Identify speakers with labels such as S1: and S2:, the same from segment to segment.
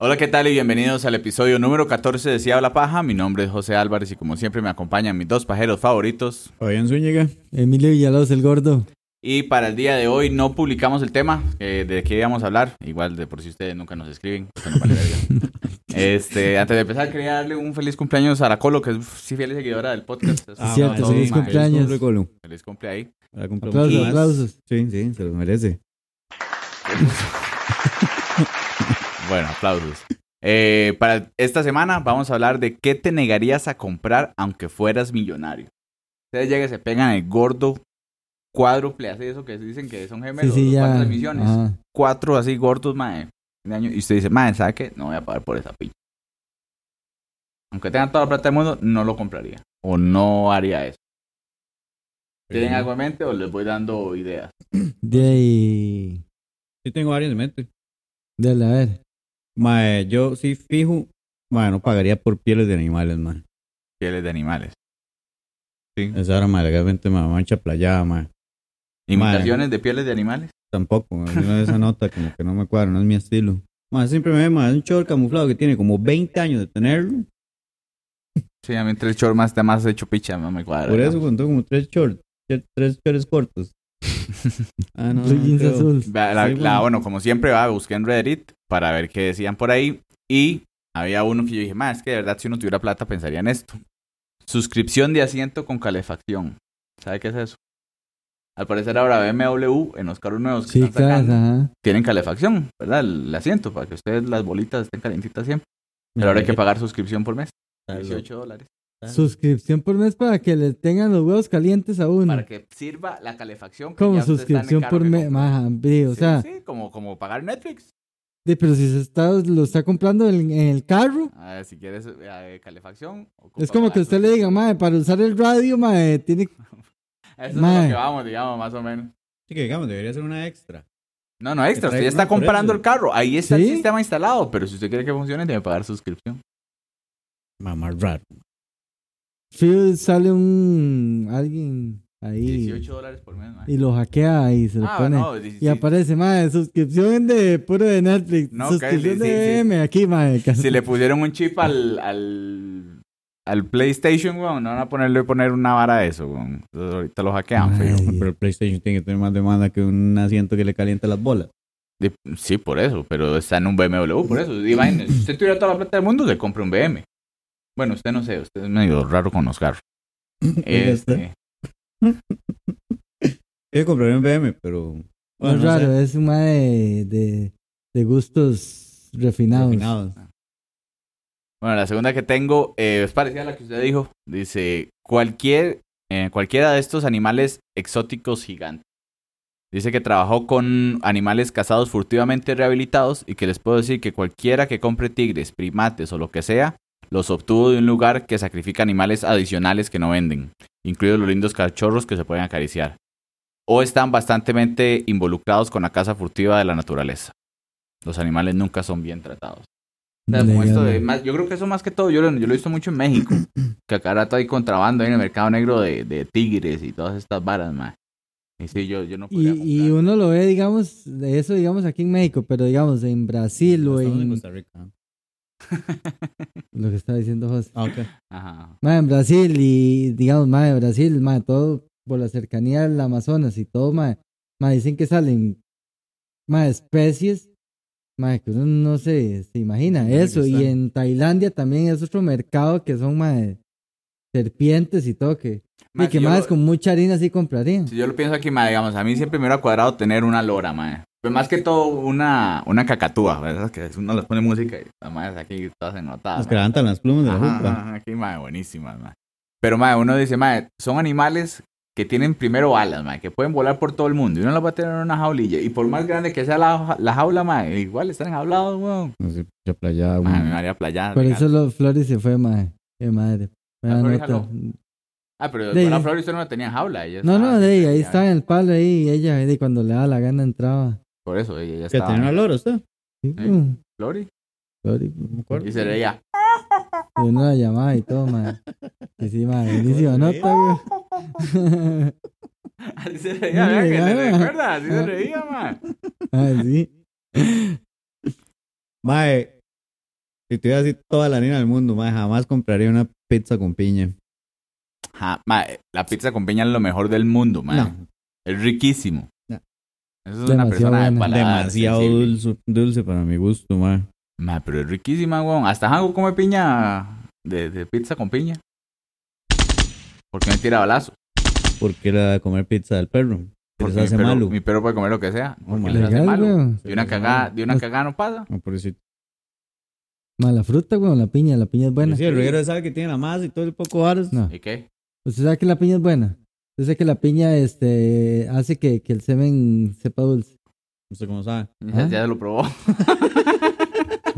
S1: Hola, ¿qué tal? Y bienvenidos al episodio número 14 de Si Habla Paja. Mi nombre es José Álvarez y como siempre me acompañan mis dos pajeros favoritos.
S2: Fabián Zúñiga.
S3: Emilio Villalobos, el gordo.
S2: Ah,
S1: Y para el día de hoy no publicamos el tema eh, de qué íbamos a hablar. Igual de por si ustedes nunca nos escriben. porque nos vale verga. este, antes de empezar quería darle un feliz cumpleaños a la Colo, que es sí, fiel seguidora del podcast. Es
S2: Ah,
S3: cierto,
S2: no,
S3: feliz
S2: sí, mae,
S3: cumpleaños.
S2: feliz cumple, Colo.
S1: Feliz cumple ahí.
S2: Ahora cumple
S3: Aplausos,
S2: mucho más.
S3: aplausos.
S2: Sí, sí, se los merece.
S1: Bueno, aplausos. Eh, para esta semana vamos a hablar de qué te negarías a comprar aunque fueras millonario. Ustedes llegan y se pegan el gordo cuádruple, así eso que dicen que son
S3: Sí,
S1: gemelos,
S3: sí, ya.
S1: cuatro emisiones.
S3: Ajá.
S1: Cuatro así gordos, mae. de año, Y usted dice, mae, ¿sabe qué? No voy a pagar por esa picha. Aunque tenga toda la plata del mundo, no lo compraría. O no haría eso. ¿Tienen algo en mente o les voy dando ideas?
S3: De ahí.
S2: Sí, tengo varios en mente.
S3: Dale, a ver.
S2: Mae, yo sí fijo. Mae, no pagaría por pieles de animales, mae.
S1: Pieles de animales.
S2: Esa hora, mae, legalmente me mancha playada, mae.
S1: ¿Imitaciones de pieles de animales?
S2: Tampoco, mae. Yo esa nota como que no me cuadra, no es mi estilo. Mae, siempre me ve, mae, un short camuflado que tiene como 20 años de tenerlo.
S1: Sí, a mí tres shorts más está más hecho picha, no me cuadra.
S2: Por
S1: ¿no?
S2: eso contó como tres shorts, tre- tres shorts cortos. Ah, no,
S3: Blue
S2: no
S3: jeans
S2: creo.
S3: azul.
S1: Va- La,
S2: Sí,
S1: la-
S2: bueno.
S1: bueno, como siempre, va, busqué en Reddit para ver qué decían por ahí. Y había uno que yo dije, más es que de verdad, si uno tuviera plata, pensaría en esto. Suscripción de asiento con calefacción. ¿Sabe qué es eso? Al parecer ahora BMW en los carros nuevos que
S3: Sí,
S1: están sacando,
S3: claro, ajá.
S1: tienen calefacción, ¿verdad? El, el asiento, para que ustedes las bolitas estén calentitas siempre. Pero ahora hay que pagar suscripción por mes,
S2: Está
S1: 18 dólares.
S2: loco.
S3: Suscripción por mes para que le tengan los huevos calientes a uno.
S1: Para que sirva la calefacción. que
S3: Como
S1: ya usted está en el
S3: Mm. suscripción
S1: carro
S3: por
S1: que
S3: mes.
S1: compró.
S3: Maja, hombre, o
S1: Sí,
S3: sea,
S1: sí, como, como pagar Netflix.
S3: de- pero si se está, lo está comprando en, en el carro,
S1: Ah, si quieres eh, calefacción.
S3: es como que usted le diga, madre, para usar el radio, madre, tiene que.
S1: Eso es lo
S3: "Mae".
S1: que vamos, digamos, más o menos.
S2: Sí, que digamos, debería ser una extra.
S1: No, no, extra. Usted
S2: Trae-
S1: ya está
S2: no, por
S1: comprando
S2: eso.
S1: el carro. Ahí está el
S3: ¿Sí?
S1: sistema instalado. Pero si usted quiere que funcione, debe pagar suscripción.
S2: Mamá raro.
S3: Fiu, sale un. alguien ahí
S1: 18 dólares por mes, mae.
S3: y lo hackea y se lo
S1: Ah,
S3: pone.
S1: no, dieci-
S3: Y aparece, madre, suscripción de puro de Netflix,
S1: No,
S3: suscripción
S1: Kylie, sí, sí.
S3: de BM, aquí, madre.
S1: si le pusieron un chip al, al, al PlayStation, weón, no van a ponerle poner una vara a eso, weón. Entonces ahorita lo hackean,
S3: Mae.
S1: feo.
S3: Sí.
S2: Pero el PlayStation tiene que tener más demanda que un asiento que le calienta las bolas.
S1: Di- Sí, por eso, pero está en un BMW, por eso. Imagínese, si usted tuviera toda la plata del mundo, le compra un BM. Bueno, usted no sé, usted es medio raro con los carros. Este,
S2: Yo compré un BM, pero.
S3: No
S2: Bueno,
S3: es
S2: no
S3: raro,
S2: sé,
S3: es un mae de, de gustos refinados.
S2: refinados.
S1: Bueno, la segunda que tengo eh, es parecida a la que usted dijo. Dice, cualquier, eh, cualquiera de estos animales exóticos gigantes. Dice que trabajó con animales cazados furtivamente rehabilitados y que les puedo decir que cualquiera que compre tigres, primates o lo que sea, los obtuvo de un lugar que sacrifica animales adicionales que no venden, incluidos los lindos cachorros que se pueden acariciar. O están bastantemente involucrados con la caza furtiva de la naturaleza. Los animales nunca son bien tratados. O sea, como esto de
S3: Legal.
S1: más- yo creo que eso más que todo, yo lo, yo lo he visto mucho en México. Que acá rato hay contrabando ahí en el mercado negro de, de tigres y todas estas varas, más. Y sí, yo, yo no podría
S3: Y, y
S1: comprar.
S3: uno lo ve, digamos, de eso, digamos, aquí en México, pero digamos, en Brasil o
S2: Estamos en
S3: en.
S2: Costa Rica.
S3: Lo que estaba diciendo José.
S2: Ah, ok.
S1: Ajá.
S3: Mae, en Brasil y, digamos, mae, Brasil, mae, todo por la cercanía del Amazonas y todo, mae. Mae, dicen que salen, mae, especies, mae, que uno no se, se imagina.
S2: Imagina que
S3: Eso, y
S2: están.
S3: en Tailandia también es otro mercado que son, mae, serpientes y todo, que, y
S1: Mae,
S3: que
S1: yo
S3: más
S1: lo-
S3: con mucha harina sí comprarían.
S1: Si yo lo pienso aquí, ma, digamos, a mí siempre me hubiera cuadrado tener una lora, ma. Pero más que todo, una, una cacatúa, ¿verdad? Que uno les pone música y las madres aquí todas
S2: Los
S1: ennotadas.
S2: que levantan las plumas de la
S1: Ajá,
S2: jupa.
S1: ajá, aquí, ma, buenísimas, ma. Pero, ma, uno dice, ma, son animales que tienen primero alas, ma, que pueden volar por todo el mundo. Y uno las va a tener en una jaulilla. Y por más grande que sea la, ja- la jaula, ma, igual están enjaulados, weón.
S2: No sé, mucha playa.
S1: Ma, me
S2: un-
S1: haría playada.
S3: Por
S1: legal.
S3: eso los Flores se fue, mae. Qué madre. Me
S1: Ah,
S3: da
S1: Flores
S3: nota.
S1: jaló. Ah, pero
S3: De-
S1: la Flor usted no tenía jaula. Ella
S3: No,
S1: estaba-
S3: no, de ahí, ahí
S1: ya-
S3: estaba en el palo ahí, y ella, de cuando le daba la gana entraba.
S1: Por eso, ella ya
S2: Que
S1: estaba.
S2: tenía una lora usted.
S3: Sí,
S1: Sí.
S3: mm,
S1: Flori.
S3: Flores.
S2: No me acuerdo.
S1: Y se veía.
S3: Y uno la llamaba y todo, madre. Y sí, madre, buenísima
S2: Oye,
S3: nota, güey.
S1: Así se reía, ¿verdad?
S3: Sí,
S1: Que se
S3: ¿verdad?
S1: recuerda, así se
S3: Ah.
S1: reía, man.
S3: Ah, sí.
S2: Mae, Si tuviera así toda la harina del mundo, mae, jamás compraría una pizza con piña.
S1: Ja, mae, la pizza con piña es lo mejor del mundo, mae.
S2: No.
S1: Es riquísimo.
S2: No.
S1: Eso es
S3: Demasiado
S1: una persona de
S3: buena.
S1: paladar
S2: Demasiado
S1: sensible.
S2: dulce, dulce para mi gusto, mae.
S1: Mae, pero es riquísima, weón. Hasta Hango come piña de, de pizza con piña. Porque me tira balazo.
S2: Porque era de comer pizza del perro. Porque
S1: Porque
S2: se
S1: mi
S2: hace
S1: perro,
S2: malo.
S1: mi perro puede comer lo que sea. Porque
S2: my
S1: les hace
S3: Legal,
S1: malo.
S3: weón.
S1: De una
S2: Se les hace
S1: cagada,
S2: malo.
S1: de una cagada no pasa.
S2: No, pobrecito.
S3: Mala fruta, weón, la piña, la piña es buena.
S2: Sí, el reguero sabe que tiene la masa y todo el poco varas.
S3: No.
S1: ¿Y qué?
S3: Usted sabe que la piña es buena. Usted sabe que la piña este, hace que, que el semen sepa dulce.
S2: No sé cómo sabe.
S1: Ya,
S3: ¿Ah?
S1: ya se lo probó.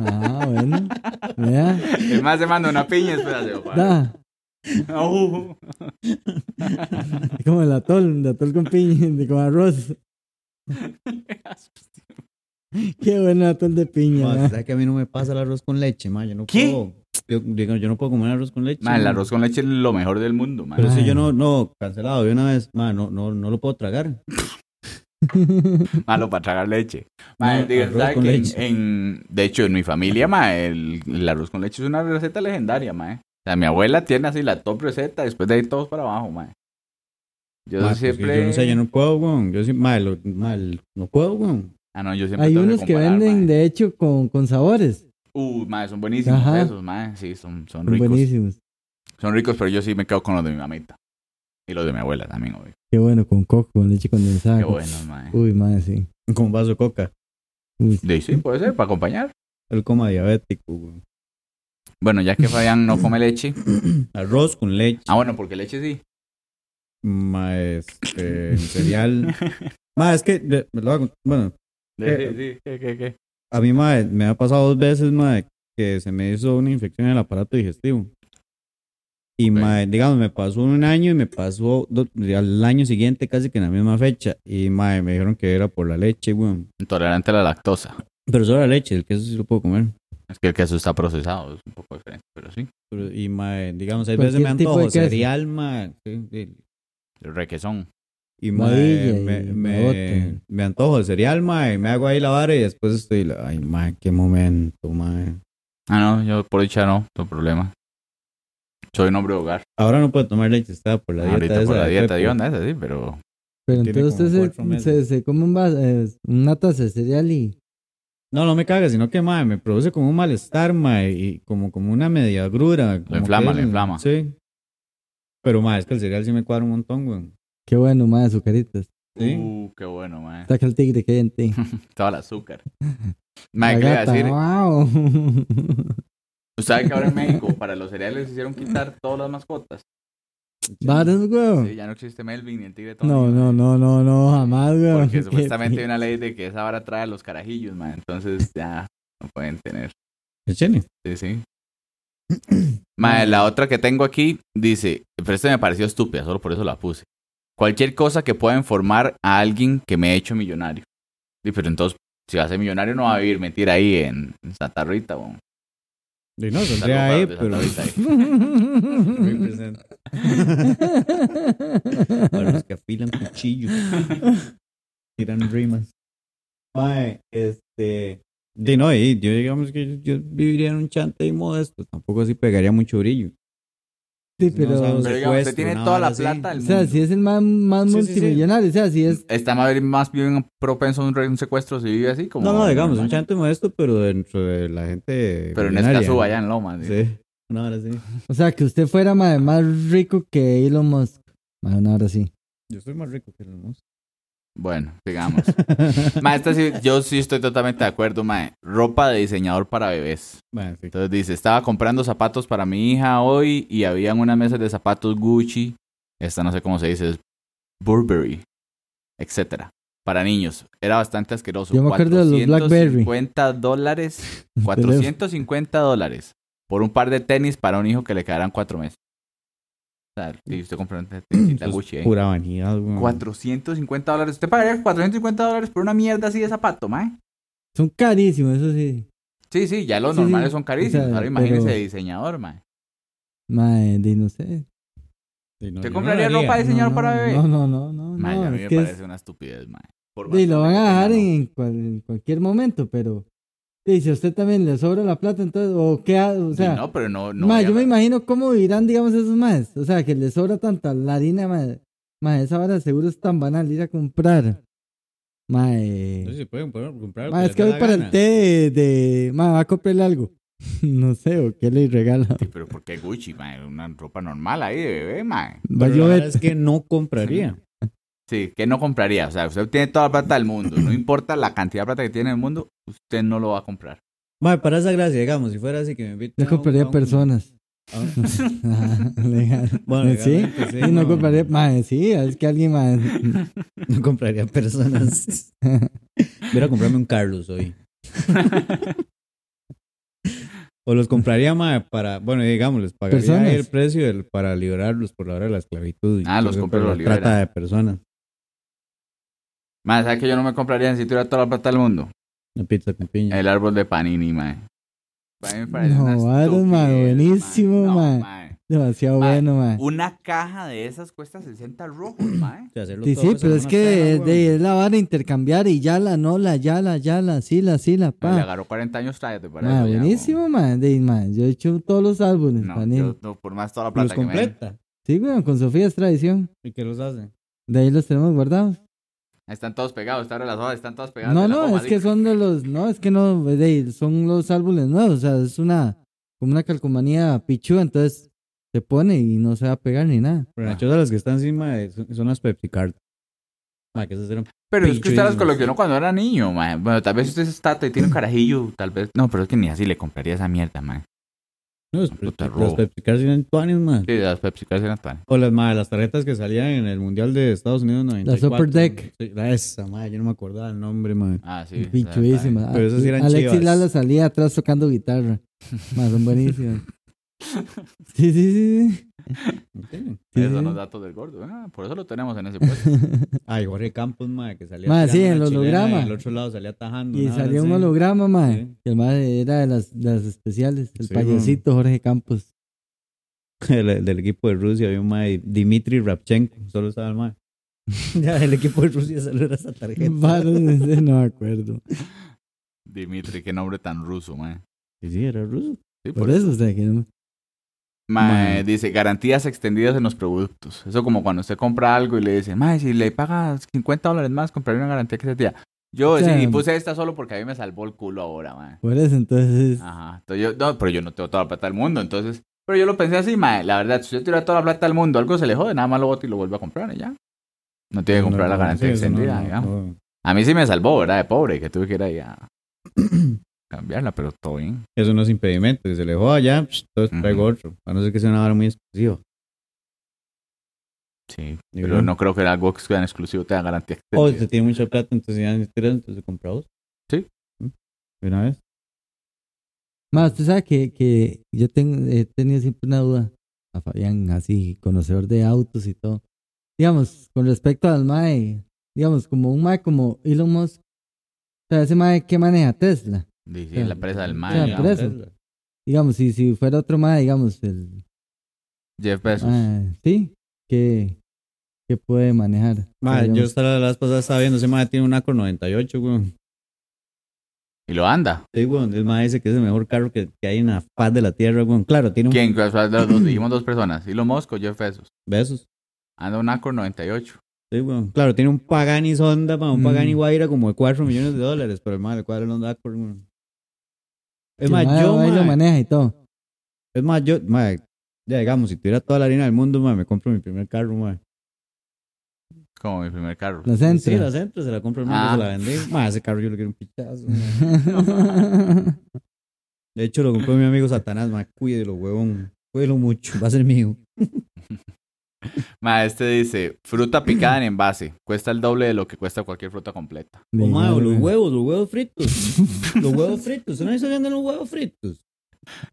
S3: Ah, bueno. Vea.
S1: El más se manda una piña, espérate, papá.
S3: Da.
S1: Au.
S3: Es como el atol, el atol con piña, de como arroz. Qué bueno el atol de piña.
S2: Ma,
S3: ¿verdad?
S2: ¿Sabes que a mí no me pasa el arroz con leche, ma? Yo no
S1: ¿Qué?
S2: puedo. Yo, digo, yo no puedo comer arroz con leche.
S1: Ma, el
S2: ma.
S1: arroz con leche es lo mejor del mundo, man.
S2: Pero si
S3: Ay.
S2: yo no, no, cancelado de una vez, ma, no, no, no lo puedo tragar.
S1: Malo para tragar leche. Ma,
S2: No,
S1: digo,
S2: arroz
S1: ¿sabe
S2: con
S1: que en-
S2: leche.
S1: en- de hecho, en mi familia, ma, el, el arroz con leche es una receta legendaria, ma. eh. O sea, mi abuela tiene así la top receta, después de ahí todos para abajo, ma. Yo
S2: Ma, pues,
S1: siempre...
S2: Yo no sé, yo no puedo, weón. Yo sí, ma, lo- ma, el- no puedo, weón.
S1: Ah, no, yo siempre
S3: Hay
S1: tengo
S3: unos que
S1: comparar,
S3: venden,
S1: ma.
S3: de hecho, con, con sabores.
S1: Uh, ma, son buenísimos
S3: Ajá.
S1: esos, ma. eh. Sí, son, son
S3: Son
S1: ricos.
S3: buenísimos.
S1: Son ricos, pero yo sí me quedo con los de mi mamita. Y los de mi abuela también, obvio.
S3: Qué bueno, con coco, con leche condensada.
S2: Ah,
S1: Qué
S3: con-
S2: pues.
S1: buenos, ma. eh.
S3: Uy, madre, sí.
S2: Con un vaso de coca.
S3: Uy,
S1: De ahí sí, puede ser, para acompañar.
S2: El coma diabético, weón.
S1: Bueno, ya que Fabián no come leche.
S2: Arroz con leche,
S1: Ah, bueno, porque leche sí.
S2: ma, este, cereal. ma, es que, de- me lo hago- bueno,
S1: Sí, sí, Eh, ¿Qué, qué, qué?
S2: a mí, ma, me ha pasado dos veces, ma, que se me hizo una infección en el aparato digestivo. Y,
S1: Ok.
S2: ma, digamos, me pasó un año y me pasó do- al año siguiente casi que en la misma fecha. Y, ma, me dijeron que era por la leche, weón.
S1: Intolerante a la lactosa.
S2: Pero solo la leche, el queso sí lo puedo comer.
S1: Es que el queso está procesado, es un poco diferente, pero sí.
S2: Pero- y, mae, digamos, hay veces me
S3: Cualquier tipo
S2: antojo
S3: de queso.
S2: cereal, mae. sí, sí.
S1: El requesón.
S2: Y, mae,
S3: Maílla y
S2: me,
S3: maote.
S2: me, me antojo de cereal, mae. Me hago ahí la vara y después estoy, la- ay, mae, qué momento, mae.
S1: Ah, no, yo por dicha no, no problema. Soy un hombre de hogar.
S2: Ahora no puedo tomar leche, está por la dieta.
S1: Ahorita por
S2: esa
S1: la
S2: de
S1: dieta
S2: Pepo.
S1: de onda, es así, pero...
S3: Pero
S2: Tiene
S3: entonces
S2: como
S3: usted
S2: cuatro
S3: se,
S2: meses.
S3: se, se come un vaso, eh, una taza de cereal y...
S2: No, no me caga, sino que, mae, me produce como un malestar, mae. Y como, como una media grura. como
S1: inflama,
S2: que-
S1: lo inflama.
S2: Sí. Pero, mae, es que el cereal sí me cuadra un montón, güey.
S3: Qué bueno, madre, azucaritas.
S2: Sí.
S1: Uh, qué bueno, man.
S3: Saca el tigre que hay en ti.
S1: Estaba el azúcar.
S3: La
S1: Mae, ¿qué le iba a
S3: gata,
S1: decir?
S3: wow.
S1: ¿Usted sabe que ahora en México para los cereales hicieron quitar todas las mascotas?
S3: Varas, weón.
S1: Sí, ya no existe Melvin ni el tigre Tony.
S3: No, no, no, no, no, jamás, weón.
S1: Porque
S3: Qué
S1: supuestamente hay
S3: pi-
S1: una ley de que esa vara trae a los carajillos, man. Entonces ya no pueden tener.
S2: ¿Qué tiene?
S1: Sí, sí. Mae,
S2: Mm.
S1: la otra que tengo aquí dice, pero esta me pareció estúpida, solo por eso la puse. Cualquier cosa que pueda informar a alguien que me he hecho millonario. Sí, pero entonces, si va a ser millonario, no va a vivir mentir ahí en, en Santa Rita, weón.
S2: Y no,
S1: Saludos
S2: saldría
S1: para
S2: Pues ahí,
S1: los de Santa
S2: pero.
S1: Rita ahí.
S2: Represent. Para los que afilan cuchillos. Tiran rimas. Mae, este. De no, y yo digamos que yo, yo viviría en un chante ahí modesto. Tampoco así pegaría mucho brillo.
S3: Sí, pero...
S1: Pero
S2: No,
S1: digamos, usted
S2: Secuestro,
S1: tiene
S2: una
S1: toda la
S2: vara así.
S1: plata del
S3: o sea,
S1: mundo.
S3: si es el más, más
S2: Sí, sí, sí.
S3: multimillonario, o sea, si es...
S1: Está más, más bien propenso a un, re- un secuestro si vive así como...
S2: No, no, digamos, un chante modesto, pero dentro de la gente.
S1: Pero en
S2: millonaria.
S1: Escazú, allá en Lomas. Sí.
S2: Sí. Una hora sí.
S3: O sea, que usted fuera madre, más rico que Elon Musk. Bueno, ahora sí.
S2: Yo soy más rico que los monstruos.
S1: Bueno, digamos. Ma, esta sí- yo sí estoy totalmente de acuerdo, mae. Ropa de diseñador para bebés.
S2: Mae, sí.
S1: Entonces dice, estaba comprando zapatos para mi hija hoy y habían unas mesas de zapatos Gucci, esta no sé cómo se dice, es Burberry, etcétera, para niños. Era bastante asqueroso.
S3: Yo me acuerdo de los Blackberry.
S1: 450 dólares, 450 dólares por un par de tenis para un hijo que le quedarán cuatro meses. O sea,
S3: Mm.
S1: si usted compra una tenisita
S3: Pues,
S2: Eso es
S1: Gucci, ¿eh?
S2: Pura vanidad, güey.
S1: 450 dólares. ¿Usted pagaría 450 dólares por una mierda así de zapato, mae?
S3: Son carísimos, eso sí.
S1: Sí, sí, ya los
S3: Sí, sí.
S1: normales son carísimos.
S3: O sea,
S1: Ahora imagínese
S3: pero-
S1: de diseñador, mae.
S3: Madre, de no sé.
S2: Sí, no,
S1: ¿Te
S2: yo no
S1: compraría
S2: lo haría.
S1: ropa de-
S3: No,
S1: señor
S3: no,
S1: para bebé?
S3: No, no, no, no.
S1: Mae,
S3: no,
S1: a mí
S3: es
S1: me
S3: que es-
S1: parece una estupidez, mae. Por
S3: Y
S1: bastante
S3: lo van a
S1: que
S3: dejar
S1: tenga,
S3: en,
S1: ¿no?
S3: en cual- en cualquier momento, pero Y si a usted también le sobra la plata, entonces, o qué, ha- o
S1: Sí,
S3: sea,
S1: no, pero no. no
S3: mae,
S1: voy a-
S3: yo me imagino cómo vivirán, digamos, esos más. O sea, que les sobra tanta la harina, mae. Mae, esa vara seguro es tan banal ir a comprar. Mae.
S2: Entonces se pueden poner- comprar. lo
S3: Mae, es
S2: les
S3: que
S2: da
S3: voy
S2: la
S3: para el
S2: gana.
S3: té de. de- mae, va a comprarle algo. no sé, o qué le regala.
S1: Sí, pero ¿por qué Gucci, mae? Una ropa normal ahí de bebé, mae.
S3: Va a
S2: Pero la verdad
S3: llover.
S2: es que no compraría.
S1: Sí, que no compraría. O sea, usted tiene toda la plata del mundo. No importa la cantidad de plata que tiene en el mundo, usted no lo va a comprar.
S2: Mae, para esa gracia, digamos, si fuera así que me invitan.
S3: Yo
S2: a un- a
S3: compraría
S2: un-
S3: personas.
S2: a un-
S3: Ajá, legal.
S2: Bueno,
S3: sí.
S2: legalmente, sí,
S3: Y no
S2: no.
S3: compraría. Mae, sí, es que alguien más.
S2: No compraría personas. Voy a comprarme un Carlos hoy. o los compraría mae, para, bueno, digamos, les pagaría
S3: Personas.
S2: el precio del- para liberarlos por la hora de la esclavitud. y
S1: Ah, los
S2: todo eso,
S1: compra y
S2: pero
S1: los
S2: la
S1: libera.
S2: Trata de personas.
S1: Mae, ¿sabes que yo no me compraría si tuviera toda la plata del mundo?
S2: Una pizza con piña.
S1: El árbol de Panini, mae. A mí me parece
S3: No,
S1: una
S3: vale, mae,
S1: estupidez,
S3: buenísimo,
S1: No,
S3: mae.
S1: mae.
S3: Demasiado
S1: Mae,
S3: bueno, mae.
S1: Una caja de esas cuesta 60 rojos, mae.
S2: O sea, hacerlo
S3: Sí,
S2: todo
S3: sí,
S2: esa
S3: pero es
S2: semana
S3: que
S2: pega,
S3: de,
S2: weón.
S3: de- es la van a intercambiar y ya la, no la, ya la, ya la, sí la, sí la,
S1: Mae, Le
S3: pa.
S1: agarró 40 años, tráete para
S3: Ma,
S1: eso ya,
S3: buenísimo, man. De, ma, yo he hecho todos los álbumes,
S1: weón. No,
S3: Panini.
S1: yo, no, por más toda la
S2: Y los
S1: plata que me den.
S2: completa.
S3: Sí, bueno, con Sofía es tradición.
S2: ¿Y qué los hacen?
S3: De ahí los tenemos guardados.
S1: Ahí Están todos pegados, está las hojas, están todas pegadas.
S3: No,
S1: de la
S3: no,
S1: goma,
S3: es que
S1: así.
S3: son de los, no, es que no, de ahí, son los álbumes nuevos, o sea, es una, como una calcomanía pichúa, entonces se pone y no se va a pegar ni nada.
S2: Pero
S1: Ah.
S2: las cosas las que están encima de- son, son las Pepsi Card. Mae, que esas eran
S1: Pero es que usted las
S2: Pinchuismos.
S1: coleccionó cuando era niño, mae. Bueno, tal vez usted es tata y tiene un carajillo, tal vez. No, pero es que ni así le compraría esa mierda, mae.
S2: No, es-
S1: Puta
S2: los
S1: robo.
S2: Pepsi Cards eran tuanes, man.
S1: Sí, las Pepsi Cards eran tan.
S2: O las, ma, las tarjetas que salían en el Mundial de Estados Unidos 94.
S3: Upper Deck.
S2: Sí, la esa, ma, yo no me acordaba el nombre, ma.
S1: Ah, sí.
S3: Pichuísimas.
S2: Pero esas sí eran
S3: Ah, Alexis
S2: chivas.
S3: Lala salía atrás tocando guitarra. Más son buenísimas. Sí, sí, sí, sí.
S2: ¿No tienen?
S3: Sí,
S1: Esos
S3: sí.
S1: son los datos del gordo. Ah, por eso lo tenemos en ese puesto.
S2: Ah, y Jorge Campos, ma, que salía.
S3: Ma, sí,
S2: tirando
S3: en
S2: una
S3: el
S2: chilena
S3: holograma.
S2: y Al otro lado salía tajando.
S3: Y
S2: una vara
S3: salió un
S2: así.
S3: holograma, mae.
S2: Sí.
S3: que El mae era de las, de las especiales. El
S2: Sí,
S3: payasito Jorge Campos.
S2: Del, del equipo de Rusia había un ma, Dimitri Rapchenko, solo estaba el ma. ya, del equipo de Rusia solo era esa tarjeta.
S3: Vale, ese no me acuerdo.
S1: Dimitri, qué nombre tan ruso, mae.
S2: Sí, sí, era ruso.
S1: Sí,
S3: Por eso, o sea, que no-
S1: Mae,
S2: Mae.
S1: dice, garantías extendidas en los productos. Eso como cuando usted compra algo y le dicen, mae, si le pagas 50 dólares más, compraré una garantía que se te da. Yo
S3: O sea,
S1: sí, y puse esta solo porque a mí me salvó el culo ahora, mae.
S3: Por eso, entonces.
S1: Ajá. Entonces yo, no, pero yo no tengo toda la plata del mundo, entonces... Pero yo lo pensé así, mae, la verdad, si usted tuviera toda la plata del mundo, algo se le jode, nada más lo boto y lo vuelve a comprar y ya. No tiene que comprar la
S2: No, no,
S1: garantía
S2: sí, eso no,
S1: extendida,
S2: no,
S1: digamos.
S2: no.
S1: A mí sí me salvó, ¿verdad? De pobre, que tuve que ir ahí a cambiarla, pero todo bien.
S2: Eso no es impedimento. Si se le joda ya, psh, entonces
S1: Ujú.
S2: traigo otro. A no ser que sea una vara muy exclusiva.
S1: Sí.
S2: Digo
S1: Pero
S2: yo.
S1: no creo que algo que sea en exclusivo te da garantía
S2: O
S1: extendida.
S2: si tiene mucha plata, entonces ya tiras, entonces compra vos.
S1: Sí.
S2: ¿Mm? ¿De una vez?
S3: Más, tú sabes que, que yo tengo, he tenido siempre una duda a Fabián, así, conocedor de autos y todo. Digamos, con respecto al MAE, digamos, como un MAE como Elon Musk, o sea, ese MAE que maneja Tesla.
S1: Sí, sí,
S3: sea,
S1: la presa del
S3: o sea,
S1: mae.
S3: por
S1: digamos.
S3: eso. Digamos, si, si fuera otro MAE, digamos, el
S1: Jeff Bezos.
S2: Ah.
S3: mae, sí, que, que puede manejar.
S2: Ma, yo
S3: Digamos,
S2: hasta la las pasadas estaba viendo, ese madre tiene un ACO 98, weón.
S1: Y lo anda.
S2: Sí, weón, el madre dice que es el mejor carro que, que hay en la faz de la tierra, weón. Claro, tiene un
S1: ¿Quién? O sea, los- los dijimos dos personas. Y lo Mosco, Jeff Bezos.
S2: besos.
S1: Anda un Acor 98.
S2: Sí, weón. Claro, tiene un Pagani Sonda, ma, un
S3: Mm.
S2: Pagani Guaira como de 4 millones de dólares, pero el madre le cuadra el Honda Accord, weón. Es
S3: que
S2: más,
S3: el mae
S2: yo,
S3: va y lo
S2: ma,
S3: maneja y todo.
S2: es más, yo, ma, ya digamos, si tuviera toda la harina del mundo, ma, me compro mi primer carro, ma.
S1: Como mi primer carro.
S3: Los
S2: Pues Sí,
S3: entra.
S2: la centro, se la compro el mundo,
S1: Ah.
S2: se la vendí. Ma, ese carro yo le quiero un pichazo, ma. Oh, De hecho, lo compró mi amigo Satanás, ma. Cuídelo, huevón. Cuídelo mucho. Va a ser mío.
S1: Ma, este dice, fruta picada en envase. Cuesta el doble de lo que cuesta cualquier fruta completa.
S2: O, ma, o Pues, los
S3: Legal, mae.
S2: huevos, los huevos fritos. Los huevos fritos. ¿No se venden los huevos fritos?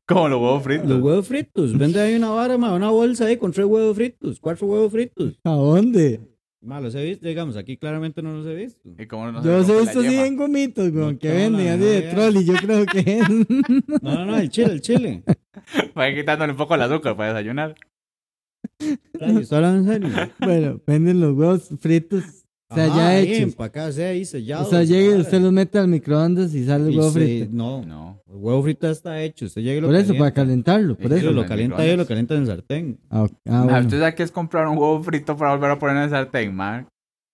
S1: Como los huevos fritos.
S2: Los huevos fritos. Vende ahí una vara, ma. Una bolsa ahí con tres huevos fritos. Cuatro huevos fritos.
S3: ¿A dónde?
S2: Ma, los he visto. Digamos, aquí claramente no los he visto.
S1: Y como no se
S3: Yo los he
S1: rompe la
S3: visto así
S1: yema.
S2: ¿eh?
S3: en gomitos, weón,
S2: No,
S3: que
S2: no,
S3: venden
S2: no,
S3: así
S2: no,
S3: de
S2: ya.
S3: troll y yo creo que es.
S2: No, no, no. El chile, el chile.
S1: Va quitándole un poco el azúcar para desayunar.
S2: Estoy hablando en serio.
S3: bueno, venden los huevos fritos O sea,
S2: Ajá,
S3: ya
S2: ahí
S3: hechos.
S2: empacado, o sea, ahí sellado.
S3: O sea, llega y
S2: claro.
S3: usted los mete al microondas y sale el
S2: Y
S3: huevo
S2: se-
S3: frito.
S2: No, no,
S1: No.
S2: el huevo frito está hecho. Usted llega y lo
S3: Por eso, para
S2: calienta.
S3: calentarlo,
S1: Sí,
S3: por
S2: Pero
S3: eso.
S1: en
S2: lo
S1: el
S2: calienta
S1: microondas.
S2: ahí, lo calienta en el sartén.
S3: Ah, ok. Ah, bueno.
S1: ¿Usted sabe qué es comprar un huevo frito para volver a poner en el sartén, man?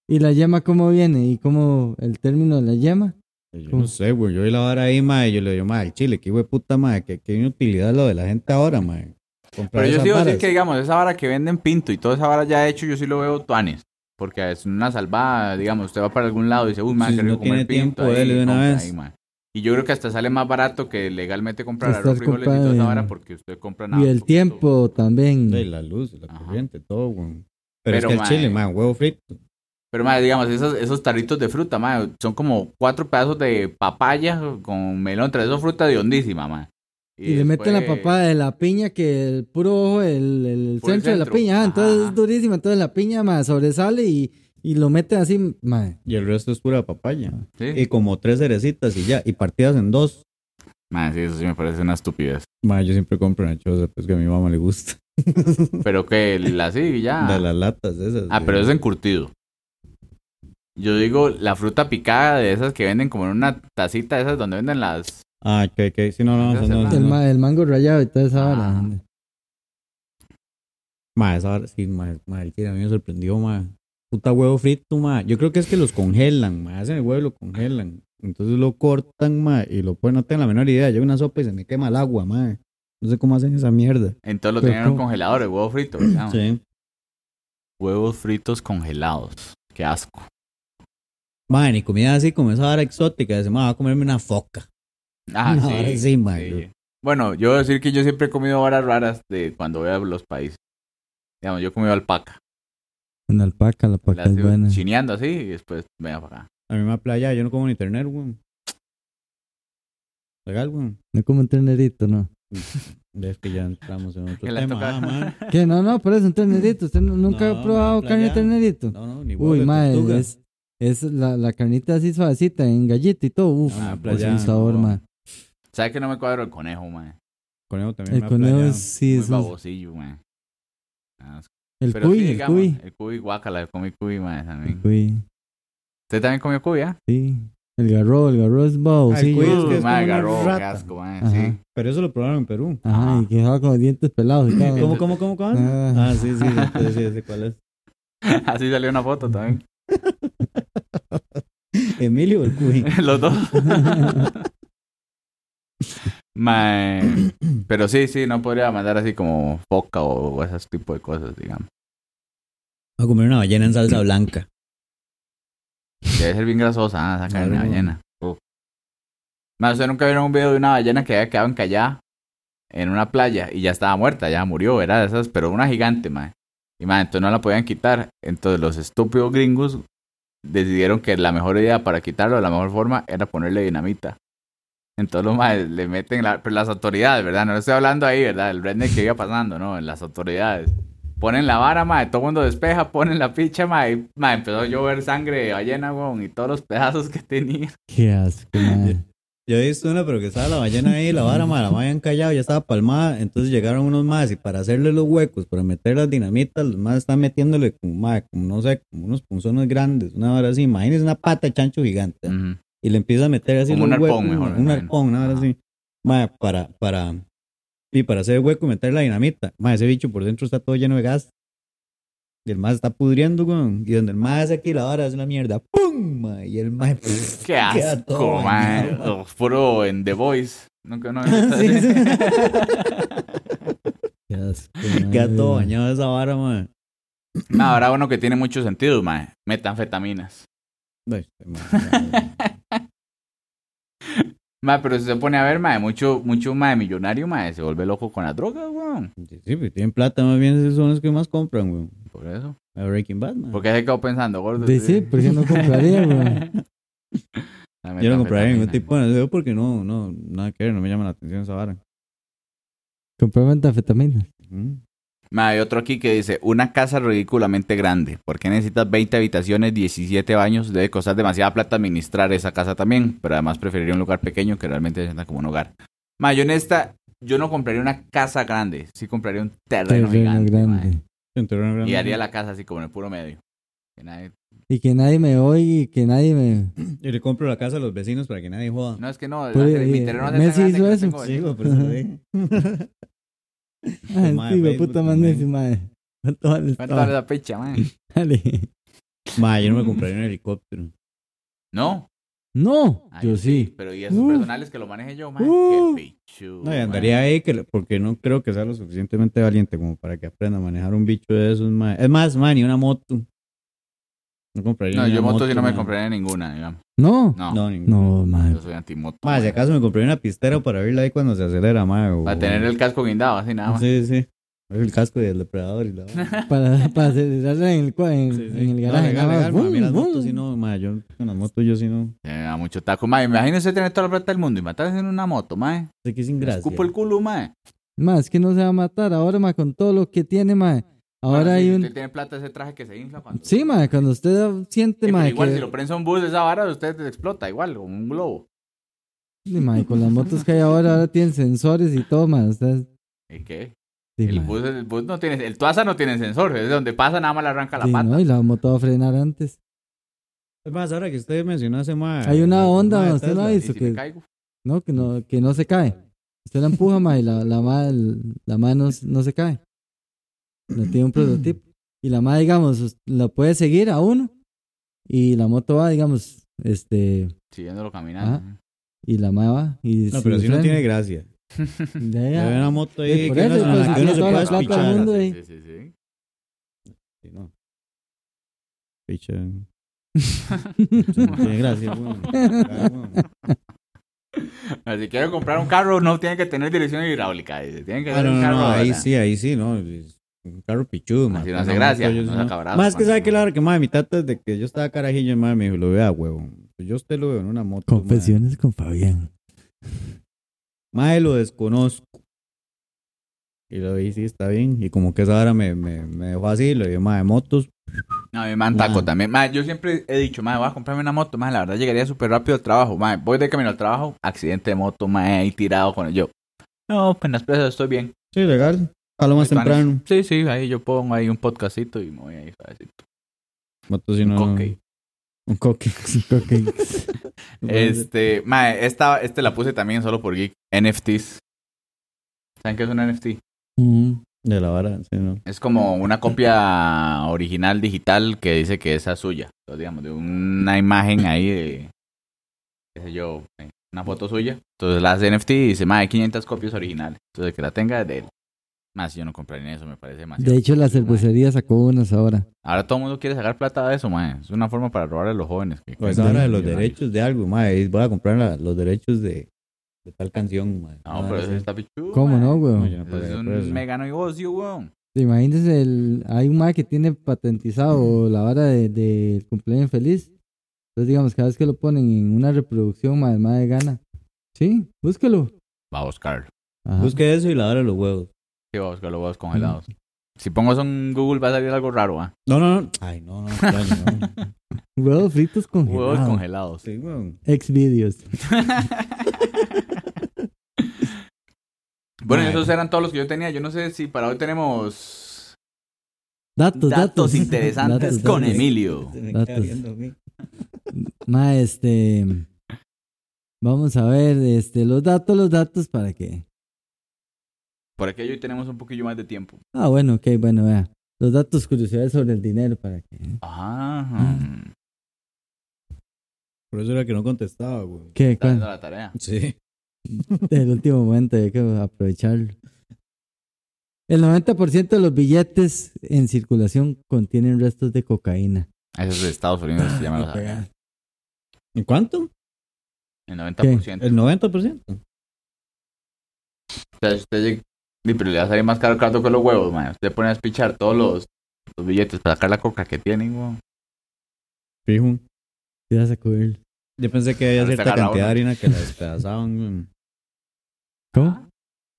S3: Y la yema, ¿cómo viene? ¿Y cómo el término de la yema?
S2: Pues Yo
S3: ¿Cómo?
S2: no sé, güey. Yo vi la vara ahí, mae. Yo le digo, mae, el chile, qué güey puta, mae. Qué, qué inutilidad lo de la gente ahora, mae. Comprar
S1: Pero yo
S2: esas
S1: sí digo
S2: varas.
S1: que, digamos, esa vara que venden pinto y toda esa vara ya hecho, yo sí lo veo tuanes. Porque es una salvada, digamos, usted va para algún lado y dice, uy, man,
S2: Sí,
S1: qué rico
S2: no tiene
S1: comer pinto.
S2: tiempo,
S1: ahí,
S2: dele de una
S1: compra
S2: vez.
S1: ahí, man. Y yo creo que hasta sale más barato que legalmente comprar
S3: Estar
S1: arroz, frijoles y toda esa
S3: comprando-
S1: vara porque usted compra nada.
S3: Y el
S1: poquito.
S3: tiempo también.
S2: Sí, la luz, la
S1: Ajá.
S2: corriente, todo, güey. Pero,
S1: Pero,
S2: es que
S1: mae.
S2: el chile, mae, huevo frito.
S1: Pero, madre, digamos, esos, esos tarritos de fruta, madre, son como cuatro pedazos de papaya con melón. Tres, eso es fruta de hondísima, madre.
S3: Y le meten la papada de la piña que el puro ojo, el, el
S1: pues. Por el
S3: centro de la
S1: centro.
S3: piña. Ah,
S1: Ajá.
S3: entonces es durísima. Entonces la piña más sobresale y, y lo meten así. Madre.
S2: Y el resto es pura papaya.
S1: ¿Sí?
S2: Y como tres cerecitas y ya. Y partidas en dos.
S1: Madre, sí, eso sí me parece una estupidez.
S2: Mae, yo siempre compro una choza, pues que a mi mamá le gusta.
S1: Pero que la sí, ya.
S2: De las latas esas.
S1: Ah,
S2: de-
S1: pero es encurtido. Yo digo, la fruta picada de esas que venden como en una tacita, de esas donde venden las...
S2: Ah, que, que. Sí, no, no,
S1: Esas
S2: no. no,
S1: heladas.
S2: no,
S3: El, ma- el mango rallado y toda esa
S1: Ah.
S3: vara. gente.
S2: Mae, esa vara, sí, mae, mae, el chile a mí me sorprendió, mae. Puta huevo frito, mae. Yo creo que es que los congelan, mae. Hacen el huevo y lo congelan. Entonces lo cortan, mae, y lo ponen, no tengo la menor idea. Llega una sopa y se me quema el agua, mae. No sé cómo hacen esa mierda.
S1: Entonces lo
S3: Pero
S1: tenían en un
S3: ¿cómo?
S1: congelador, el huevo frito. digamos.
S2: Sí.
S1: Huevos fritos congelados. Qué asco.
S2: Mae, ni comida así como esa vara exótica. Dice, mae, va a comerme una foca.
S1: Ah,
S2: No,
S1: sí.
S2: ahora sí, mae.
S1: Sí. Bueno, yo voy a decir que yo siempre he comido varas raras de cuando voy a los países. Digamos, yo he comido alpaca.
S3: Con alpaca, la
S1: La
S3: alpaca es
S1: sigo
S3: buena.
S1: chineando así y después me da para acá.
S2: A mí me playa, yo no como ni ternero, weón. Legal, weón.
S3: No como un ternerito, ¿no?
S2: Es que ya entramos en
S1: Que
S2: otro
S1: la
S2: tema.
S1: toca-
S2: ah, mae.
S3: ¿Qué? No, no, por eso un ternerito. ¿Usted nu- nunca
S2: No,
S3: ha probado
S2: me da
S3: carne de
S2: playa.
S3: ternerito?
S2: No, no, ni huevo
S3: Uy,
S2: de tortuga.
S3: madre, es, es la, la carnita así suavecita, en galleta y todo. Uf,
S2: Ah,
S3: pues
S2: playa,
S3: un sabor,
S1: no.
S3: madre.
S1: ¿Sabes que no me cuadro el conejo, man?
S2: Conejo también
S3: El
S2: me ha
S3: conejo
S2: playado.
S3: es- sí
S1: Muy
S3: es. un-
S1: babosillo, man. Asco.
S3: El
S1: Pero
S3: cuy,
S1: sí,
S3: el
S1: digamos,
S2: eh.
S3: cuy.
S1: El cuy, guácala, yo comí cuy, man,
S3: El
S1: también.
S3: cuy,
S1: ¿Usted también comió cuy, ah?
S3: sí. El garro, el garro es babosillo.
S2: cuy Sí, es que
S1: Uh, man,
S2: como una
S1: agarró, qué
S2: rata.
S1: asco, man,
S3: Ajá.
S1: sí.
S2: Pero eso lo probaron en Perú.
S3: Ajá, y quedaba con los dientes pelados y todo.
S2: ¿Cómo, cómo, cómo, cómo?
S3: Ah.
S2: Ah, sí, sí, sí, sí, sí, sí, cuál es.
S1: Así salió una foto también.
S2: Emilio o el cuy.
S1: Los dos. Man, Pero sí, sí, no podría mandar así como foca o esas tipo de cosas, digamos.
S2: Va a comer una ballena en salsa blanca.
S1: Debe ser bien grasosa, ah, esa carne de
S2: Claro.
S1: ballena. Uf. Más, ¿ustedes nunca vieron un video de una ballena que había quedado encallada en una playa y ya estaba muerta, ya murió, era de esas, pero una gigante, mae. Y mae, entonces no la podían quitar. Entonces los estúpidos gringos decidieron que la mejor idea para quitarlo, la mejor forma, era ponerle dinamita. Entonces los maes le meten, la- pero las autoridades, ¿verdad? No estoy hablando ahí, ¿verdad? El redneck que iba pasando, ¿no? Las autoridades. Ponen la vara, mae, todo el mundo despeja, ponen la picha, mae, y, mae, empezó a llover sangre de ballena, weón, y todos los pedazos que tenía.
S3: Qué asco, madre.
S2: Yo he visto una, pero que estaba la ballena ahí, la vara, ma, la habían callado, ya estaba palmada. Entonces llegaron unos más y para hacerle los huecos, para meter las dinamitas, los más están metiéndole como, ma, como no sé, como unos punzones grandes, una vara así. Imagínense una pata de chancho gigante.
S1: Ujú.
S2: y le empieza a meter así
S1: Como
S2: los
S1: un arpón,
S2: huecos,
S1: mejor, me
S2: un
S1: imagino.
S2: arpón, nada más
S1: Ajá.
S2: así. Mae, para, para, y para hacer hueco y meter la dinamita. Mae, ese bicho por dentro está todo lleno de gas. Y el más está pudriendo, weón. Y donde el más hace aquí la vara es una mierda. ¡Pum! mae, Y el más.
S1: Qué asco, mae. Uf, Puro en The Voice. Nunca no
S2: Sí, sí.
S3: Qué asco.
S2: Queda
S3: madre.
S2: todo bañado esa vara, mae.
S1: No, ahora uno que tiene mucho sentido, mae. Metanfetaminas.
S2: Ay, este mae,
S1: Mae, pero si se pone a ver, mae, mucho, mucho mae millonario, mae, se vuelve loco con las drogas, weón.
S2: Sí, sí, pues tienen plata, más bien esos son los que más compran, weón.
S1: Por eso.
S2: A Breaking Bad, mae.
S1: Porque se quedó pensando, gordo.
S3: De sí, porque no compraría, güey.
S1: La
S2: Yo no compraría ningún
S1: metanfetamina.
S2: tipo de dedo porque no, no, nada que ver, no me llama la atención esa vara.
S3: Compré metanfetamina.
S2: Mm.
S1: Ma, hay otro aquí que dice, una casa ridículamente grande. ¿Por qué necesitas 20 habitaciones, 17 baños? Debe costar demasiada plata administrar esa casa también. Pero además preferiría un lugar pequeño que realmente se sienta como un hogar. Ma, yo en esta, yo no compraría una casa grande. Sí compraría un terreno,
S3: Terreno
S1: gigante. ma.
S3: grande.
S2: Sí, un terreno grande.
S1: Y haría la casa así como en el puro medio. Que nadie-
S3: Y que nadie me oiga y que nadie me...
S2: Y le compro la casa a los vecinos para que nadie joda.
S1: No, es que no. la-
S3: Pues,
S1: mi
S3: eh,
S1: terreno es tan
S3: Messi
S1: grande
S3: hizo
S1: que no
S3: eso.
S1: tengo
S2: Sí,
S1: vecinos.
S2: güey, por eso lo dije.
S3: Ah,
S2: Este mae,
S3: sí, güey,
S2: Facebook
S3: puta madre,
S2: también.
S3: sí, madre. ¿Cuánto vale esta
S1: ¿Cuánto
S3: vara?
S1: vale la pecha, man?
S3: Dale.
S2: Ma, yo no me compraría un helicóptero.
S1: No.
S3: No,
S1: Ah,
S3: yo sí.
S1: Pero y esos
S3: Uh.
S1: personales que lo maneje yo, man.
S3: Uh.
S1: Qué pichu.
S2: No, y
S1: man.
S2: andaría ahí que, le- porque no creo que sea lo suficientemente valiente como para que aprenda a manejar un bicho de esos, ma. Es más, ma, ni una moto. No compraría
S1: No,
S2: ni
S1: yo
S2: una
S1: moto sí no me
S2: ma.
S1: compraría ninguna, digamos.
S3: No.
S1: No.
S2: No, ninguna.
S3: No, madre.
S1: Yo soy antimoto.
S2: Ma, si
S1: man.
S2: acaso me compraría una pistera para abrirla ahí cuando se acelera, ma. o-
S1: Para tener el casco guindado, así nada más.
S2: Sí, sí. El casco del depredador y la.
S3: Para, para acelerarla en el, cua- en,
S2: Sí, sí.
S3: en el
S2: No,
S3: garaje.
S2: legal,
S3: nada más.
S2: legal, ma, a mí las
S3: Bum,
S2: motos
S3: bum.
S2: sí no, ma, yo con las motos yo sí no.
S1: Se me da mucho taco, mae. Imagínese tener toda la plata del mundo y matarse en una moto, mae.
S2: Sé que es ingracia.
S1: Escupo el culo, mae.
S3: Más es que no se va a matar ahora, ma, con todo lo que tiene, ma. Ahora
S1: Bueno,
S3: hay
S1: si
S3: un...
S1: Usted tiene plata ese traje que se infla cuando.
S3: Sí, ma, cuando usted siente,
S1: Sí, pero
S3: ma,
S1: igual
S3: que...
S1: si lo prensa un bus de esa vara, usted te explota igual, como un globo.
S3: Sí, ma, y con las motos que hay ahora, ahora tienen sensores y todo, ma. o sea, sí,
S1: ¿Y qué? el,
S3: ma.
S1: bus, el bus no tiene. El Tuasa no tiene sensor. Es donde pasa, nada más le arranca la
S3: Sí,
S1: pata.
S3: ¿no? Y la moto va a frenar antes.
S2: Es más, ahora que usted mencionó hace más.
S3: Hay una onda, ma, usted no
S1: Y
S3: dice
S1: si
S3: que,
S1: me caigo.
S3: no, que no, que no se cae. Usted la empuja, ma, y la, la ma, el- la ma no, no se cae. No tiene un prototipo. Y la ma, digamos, us- la puede seguir a uno. Y la moto va, digamos, este,
S1: Siguiéndolo caminando.
S3: y la ma va. Y
S2: No, pero si no
S3: frena.
S2: tiene gracia.
S3: Ya,
S2: Yo
S3: ya.
S2: veo una moto ahí
S3: Por
S2: que
S3: eso,
S2: uno-
S3: pues,
S2: a la que
S3: si
S2: uno
S3: tiene
S2: se
S3: toda
S2: puede
S3: la plata del
S2: espichar.
S3: mundo,
S1: Sí,
S3: ahí.
S1: sí, sí, sí.
S2: Sí, no. Picha. No tiene gracia, weón. Ah, weón.
S1: Pero Si quiere comprar un carro, no tiene que tener dirección hidráulica. dice. Tiene que
S2: Ah,
S1: tener
S2: no,
S1: un
S2: no,
S1: carro.
S2: no, ahí
S1: ¿verdad?
S2: sí, ahí sí, no. es Un carro pichudo, man.
S1: Así no
S2: Con
S1: hace
S2: la
S1: gracia,
S2: moto yo
S1: no
S2: sí
S1: saca brazos,
S2: Más que
S1: man.
S2: sabe que la verdad que, madre, mi tata desde que yo estaba carajillo, madre, me dijo, lo vea, huevo. Yo a usted lo veo en una moto.
S3: Confesiones con Fabián.
S2: Madre, Madre, lo desconozco. Y lo vi, sí, está bien. Y como que esa hora me, me, me dejó así, lo vi, madre, motos.
S1: No, me man taco
S2: Man.
S1: también. Man, yo siempre he dicho, man, voy a comprarme una moto. Man, la verdad llegaría súper rápido al trabajo. Man, voy de camino al trabajo, accidente de moto, man, ahí tirado con el yo. No, pues en las presas estoy bien.
S2: Sí, legal. A lo más
S1: Estoy tan-
S2: temprano.
S1: Sí, sí, ahí yo pongo ahí un podcastito y me voy ahí suavecito.
S2: Motos, si no. no.
S1: Coque.
S2: Un coque.
S1: Este, man, esta, este la puse también solo por geek. NFTs. ¿Saben qué es un NFT?
S2: De la vara, sí, no.
S1: Es como una copia original digital que dice que esa es suya. Entonces, digamos, de una imagen ahí de, qué sé yo, eh, una foto suya. Entonces la hace NFT y dice, más hay 500 copias originales. Entonces el que la tenga es de él. Más yo no compraría eso, me parece demasiado.
S3: De hecho, la
S1: estúpido, mae.
S3: cervecería sacó unas ahora.
S1: Ahora todo el mundo quiere sacar plata de eso, mae. Es una forma para robar a los jóvenes. que-
S2: Pues
S1: que-
S2: ahora de los
S1: millonarios.
S2: derechos de algo, madre. Voy a comprar la- los derechos de, de tal canción, madre.
S1: No, pero eso está pichudo.
S3: Ah, ¿Cómo
S1: mae.
S3: no, güey?
S2: yo no
S1: Eso es
S2: pagaría
S1: un
S2: por eso.
S1: mega negocio, weón.
S3: Imagínense, el, hay un mae que tiene patentizado la vara del de, del cumpleaños feliz. Entonces, digamos, cada vez que lo ponen en una reproducción, mae, el mae gana. Sí, búsquelo.
S1: Va a buscar.
S3: Ajá.
S2: Busque eso y la hora de los huevos.
S1: Sí, va a buscar los huevos congelados. Si pongo eso en Google va a salir algo raro, ¿ah?
S2: No, no, no. Ay, no, no. extraño, no.
S3: Huevos fritos
S1: Huevos
S3: congelados.
S1: congelados.
S2: Sí, weón.
S3: Ex videos.
S1: Bueno,
S2: Madre.
S1: esos eran todos los que yo tenía. Yo no sé si para hoy tenemos
S3: Datos,
S1: datos,
S3: datos.
S1: interesantes
S3: Datos,
S1: con
S3: datos.
S1: Emilio.
S2: Se me
S3: Datos.
S2: queda viendo a mí.
S3: Ma, este. Vamos a ver, este, los datos, los datos, ¿para qué?
S1: Por aquello hoy tenemos un poquillo más de tiempo.
S3: Ah, bueno, ok, bueno, vea. Los datos, curiosidades sobre el dinero, ¿para qué?
S1: Ajá.
S2: Mm. Por eso era que no contestaba, weón.
S3: ¿Qué?
S1: Está
S3: ¿Cuál?
S1: haciendo la tarea.
S2: Sí.
S3: El último momento, hay que aprovecharlo. El 90% de los billetes en circulación contienen restos de cocaína.
S1: Eso es de Estados Unidos,
S2: Ah,
S1: se llama la tarea.
S2: ¿En cuánto?
S1: El 90%.
S2: El 90%.
S1: O sea, si usted llega- Sí, pero le va a salir más caro el cardo que los huevos, man. Usted pone a espichar todos los, los billetes para sacar la coca que tienen, weón.
S2: Fijo.
S3: Te vas a cubrir.
S2: Yo pensé que había
S1: Ahora
S2: cierta
S1: saca la
S2: cantidad
S1: hora.
S2: de harina que la despedazaban, weón.
S1: Ah,
S3: ¿Cómo?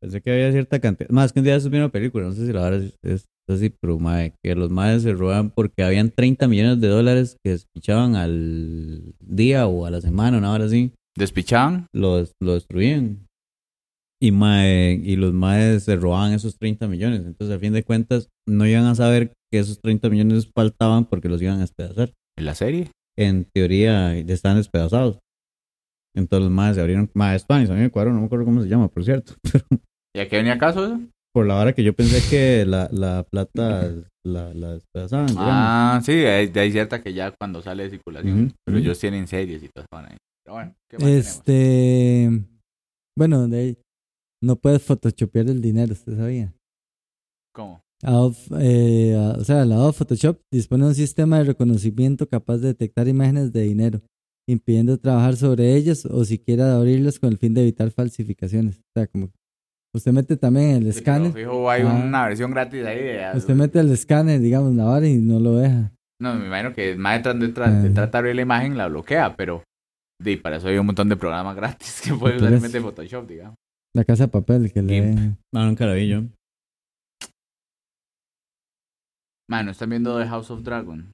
S2: Pensé que había cierta cantidad. Más que un día eso vi una película, no sé si la verdad es, es así, pero madre, que los madres se roban porque habían 30 millones de dólares que despichaban al día o a la semana, una hora así.
S1: ¿Despichaban?
S2: Los, lo destruían. Y, mae, y los maes se robaban esos 30 millones. Entonces, a fin de cuentas, no iban a saber que esos 30 millones faltaban porque los iban a despedazar.
S1: en la serie.
S2: En teoría, ya estaban despedazados. Entonces, los maes se abrieron. Mae, Spanish, a mí me cuadró, no me acuerdo cómo se llama, por cierto.
S1: ¿Y a qué venía caso eso?
S2: Por la hora que yo pensé que la, la plata la, la despedazaban. digamos.
S1: Ah, sí, hay, hay cierta que ya cuando sale de circulación.
S2: Ujú,
S1: Pero
S2: ujú.
S1: ellos tienen series y todo eso. van ahí. Pero bueno, ¿qué más tenemos?
S3: Este. Bueno, de ahí, no puedes photoshopear el dinero, usted sabía.
S1: ¿Cómo?
S3: Adobe, eh, a- o sea, la Adobe Photoshop dispone de un sistema de reconocimiento capaz de detectar imágenes de dinero, impidiendo trabajar sobre ellas o siquiera de abrirlas con el fin de evitar falsificaciones. O sea, como usted mete también el
S1: Sí, pero
S3: escáner,
S1: Fijo, hay
S3: Ah.
S1: una versión gratis ahí de...
S3: usted mete el escáner, digamos, la vara y no lo deja.
S1: No, me imagino que más detrás de, tra- de
S3: Ah.
S1: tratar de abrir la imagen la bloquea, pero... Y para eso hay un montón de programas gratis que puedes
S3: Pero
S1: usar en
S3: es-
S1: vez de Photoshop, digamos.
S3: La casa de papel que le deja.
S2: Ah, nunca la vi yo.
S1: Mano, ¿están viendo The House of Dragon?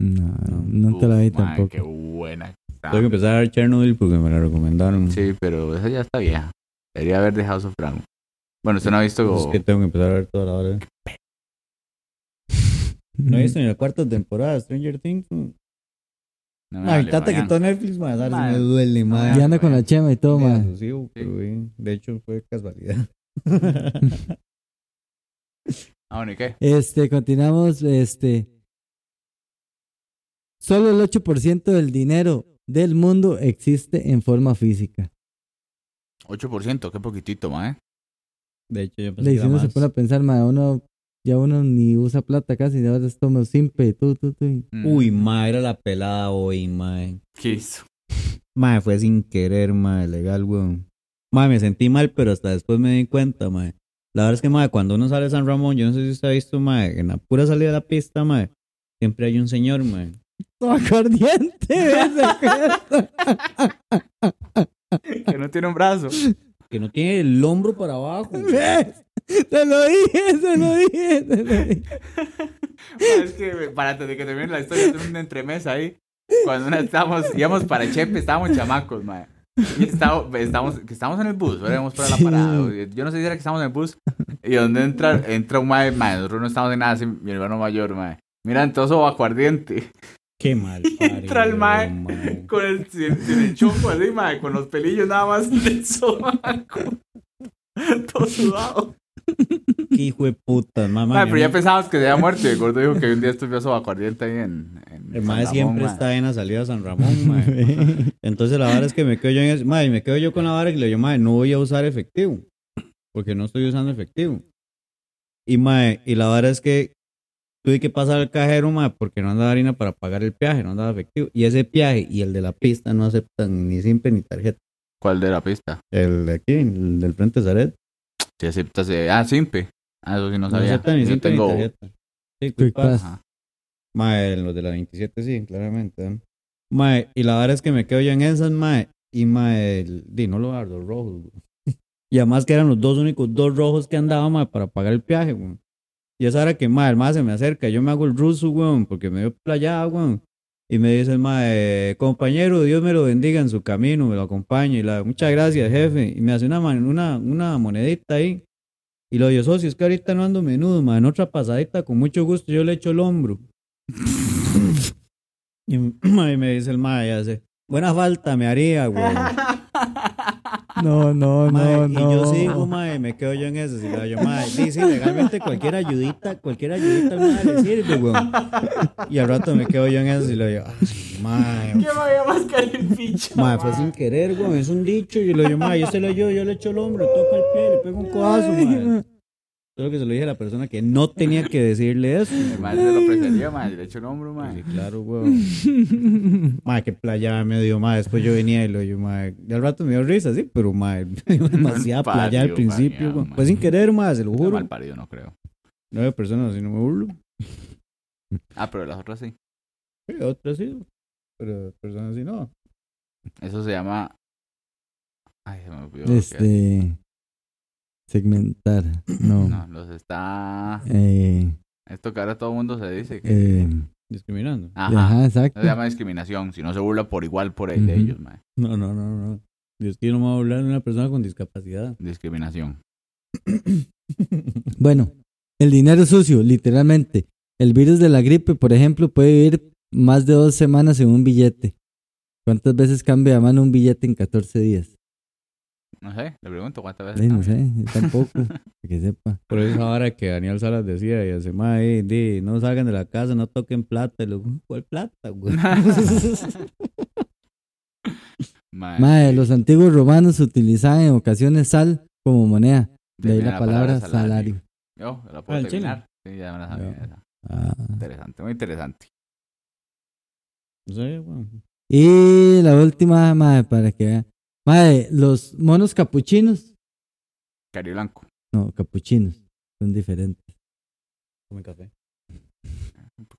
S3: No, no te la
S1: Uf,
S3: vi
S1: man,
S3: tampoco.
S1: qué buena. está.
S2: Tengo que empezar a ver Chernobyl porque me la recomendaron.
S1: Ah. Sí, pero esa ya está vieja. Debería haber The House of Dragon. Bueno, usted no ha visto...
S2: Es que tengo que empezar a ver toda la hora. ¿No he visto ni la cuarta temporada de Stranger Things?
S1: Ah, No
S2: Ah,
S1: me hable,
S2: tata que
S1: Fabián.
S2: todo Netflix, madre, ahora sí
S1: Madre.
S2: me duele,
S1: Ah,
S3: Y
S2: madre.
S3: anda con la chema y todo, ma.
S2: Abusivo, pero, eh, De hecho, fue casualidad.
S1: Ah, bueno, ¿y qué?
S3: Este, continuamos, este. Solo el 8% del dinero del mundo existe en forma física.
S1: 8%, qué poquitito, más, ¿eh?
S2: De hecho, yo pensé que
S3: Le
S2: era
S3: hicimos se
S2: más.
S3: pone a pensar, ma, uno, ya uno ni usa plata casi, ya ahora es todo simple, tú, tú, tú. y-
S1: Mm.
S2: Uy, madre, era la pelada hoy, madre.
S1: ¿Qué hizo?
S2: Madre, fue sin querer, madre, legal, weón. Madre, me sentí mal, pero hasta después me di cuenta, madre. La verdad es que, madre, cuando uno sale de San Ramón, yo no sé si usted ha visto, madre, en la pura salida de la pista, madre, siempre hay un señor, madre.
S3: Todo acordiente, ese
S1: Que no tiene un brazo.
S2: Que no tiene el hombro para abajo.
S3: ¿Ves? pues. Te lo dije, te lo dije, te lo dije.
S1: Es que para antes de que termine la historia, tuve una entremesa ahí. Cuando una estábamos, íbamos para Chepe, estábamos chamacos, mae. Y estábamos, estábamos, que estábamos en el bus, ahora íbamos para la parada. Yo no sé si era que estábamos en el bus. Y donde entra, entra un mae, mae, nosotros no estamos en nada, así, mi hermano mayor, mae. Mira, entonces aguardiente.
S2: Qué mal.
S1: Entra el mae con el, sin- sin el chufo así, mae, con los pelillos nada más del sobaco. Todo sudado.
S2: Qué hijo de puta, mamá.
S1: Mae, pero ya pensábamos que se había muerto. Y el gordo dijo que un día estuvió aguardiente ahí en. en
S2: El
S1: San
S2: mae
S1: Ramón,
S2: siempre
S1: mae.
S2: está en la salida de San Ramón, mae. Entonces la vara es que me quedo yo en ese- mae, me quedo yo con la vara y le digo, mae, no voy a usar efectivo. Porque no estoy usando efectivo. Y mae, y la vara es que tuve que pasar al cajero, mae, porque no andaba harina para pagar el peaje, no andaba efectivo. Y ese peaje y el de la pista no aceptan ni simple ni tarjeta.
S1: ¿Cuál de la pista?
S2: El de aquí, el del frente de Zaret,
S1: Si aceptas. eh, ah, Simpe. Ah, eso sí no
S2: no,
S1: sabía.
S2: aceptan ni
S1: Yo
S2: simple
S1: tengo.
S2: ni tarjeta. Sí,
S3: Quick
S2: Quick Pass.
S3: Pass.
S1: Ajá.
S2: Mae, los de la 27 sí, claramente. ¿eh? Mae, y la verdad es que me quedo yo en esas, mae. Y mae, el- di, no lo dar, los rojos, güey. Y además que eran los dos únicos dos rojos que andaba, mae, para pagar el peaje, güey. Y esa hora que, mae, el mae se me acerca, yo me hago el ruso, güey, porque me dio playada, güey. Y me dice, mae, compañero, Dios me lo bendiga en su camino, me lo acompaña. Y la, muchas gracias, jefe. Y me hace una, man- una, una monedita ahí. Y lo yo, socio, es que ahorita no ando menudo, mae, en otra pasadita, con mucho gusto, yo le echo el hombro. Y, mae, me dice el mae, ya sé, buena falta me haría, güey.
S3: No, no,
S2: Mae,
S3: no,
S2: y
S3: no.
S2: yo sigo, mae, me quedo yo en eso. Y yo, mae, sí, sí, legalmente cualquier ayudita, cualquier ayudita al mae le sirve, güey. Y al rato me quedo yo en eso y le digo, ay, mae,
S1: me había mascado el picho?
S2: mae, fue sin querer, güey, es un dicho. Y le digo, mae, yo se lo ayudo, yo le echo el hombro, toco el pie, le pego un codazo, mae. Solo que se lo dije a la persona que no tenía que decirle eso.
S1: El mae se lo prestaría, mae. Le echo el hombro,
S3: Pues
S1: mae.
S2: Sí, claro, weón. Madre, qué playa me dio, madre. Después yo venía y lo yo, madre. Y al rato me dio risa, sí, pero madre, me dio
S1: Mal
S2: demasiada
S1: parido,
S2: playa al principio,
S1: parido,
S2: weón.
S1: madre.
S2: Fue sin querer, madre, se lo
S1: Está
S2: juro.
S1: Mal parido, no creo.
S2: Nueve personas, así no me burlo.
S1: Ah, pero las otras sí.
S2: Sí, otras sí, pero personas así no.
S1: Eso se llama. Ay, se me olvidó. lo que-
S3: Este. Segmentar. No.
S1: No, los está.
S3: Eh,
S1: Esto que ahora todo el mundo se dice. Que...
S3: eh,
S2: Discriminando.
S1: Ajá.
S3: ajá,
S1: No
S3: exacto.
S1: se llama discriminación, si no se burla por igual por el de
S3: Ujú.
S1: ellos, mae.
S2: No, no, no, no. Y es que yo no me voy a hablar de una persona con discapacidad.
S1: Discriminación.
S3: Bueno, el dinero sucio, literalmente. El virus de la gripe, por ejemplo, puede vivir más de dos semanas en un billete. ¿Cuántas veces cambia de mano un billete en 14 días?
S1: No sé, le pregunto cuántas veces.
S3: Ay, no
S1: cambia.
S3: sé, yo tampoco, para que sepa.
S2: Por eso ahora que Daniel Salas decía, y hace más, de, no salgan de la casa, no toquen plata. Y luego, ¿cuál plata, güey?
S1: Mae,
S3: Madre, los antiguos romanos utilizaban en ocasiones sal como moneda. De ahí
S1: termina
S3: la palabra salario.
S1: Yo la puedo
S2: Ah, el
S1: terminar. Sí, ya me la sabía
S2: Ya.
S1: esa.
S3: Ah.
S1: Interesante, muy interesante.
S2: No sé, güey.
S3: Y la última, madre, para que vean. Madre, los monos capuchinos.
S1: Cari Blanco.
S3: No, capuchinos. Son diferentes.
S2: Come café.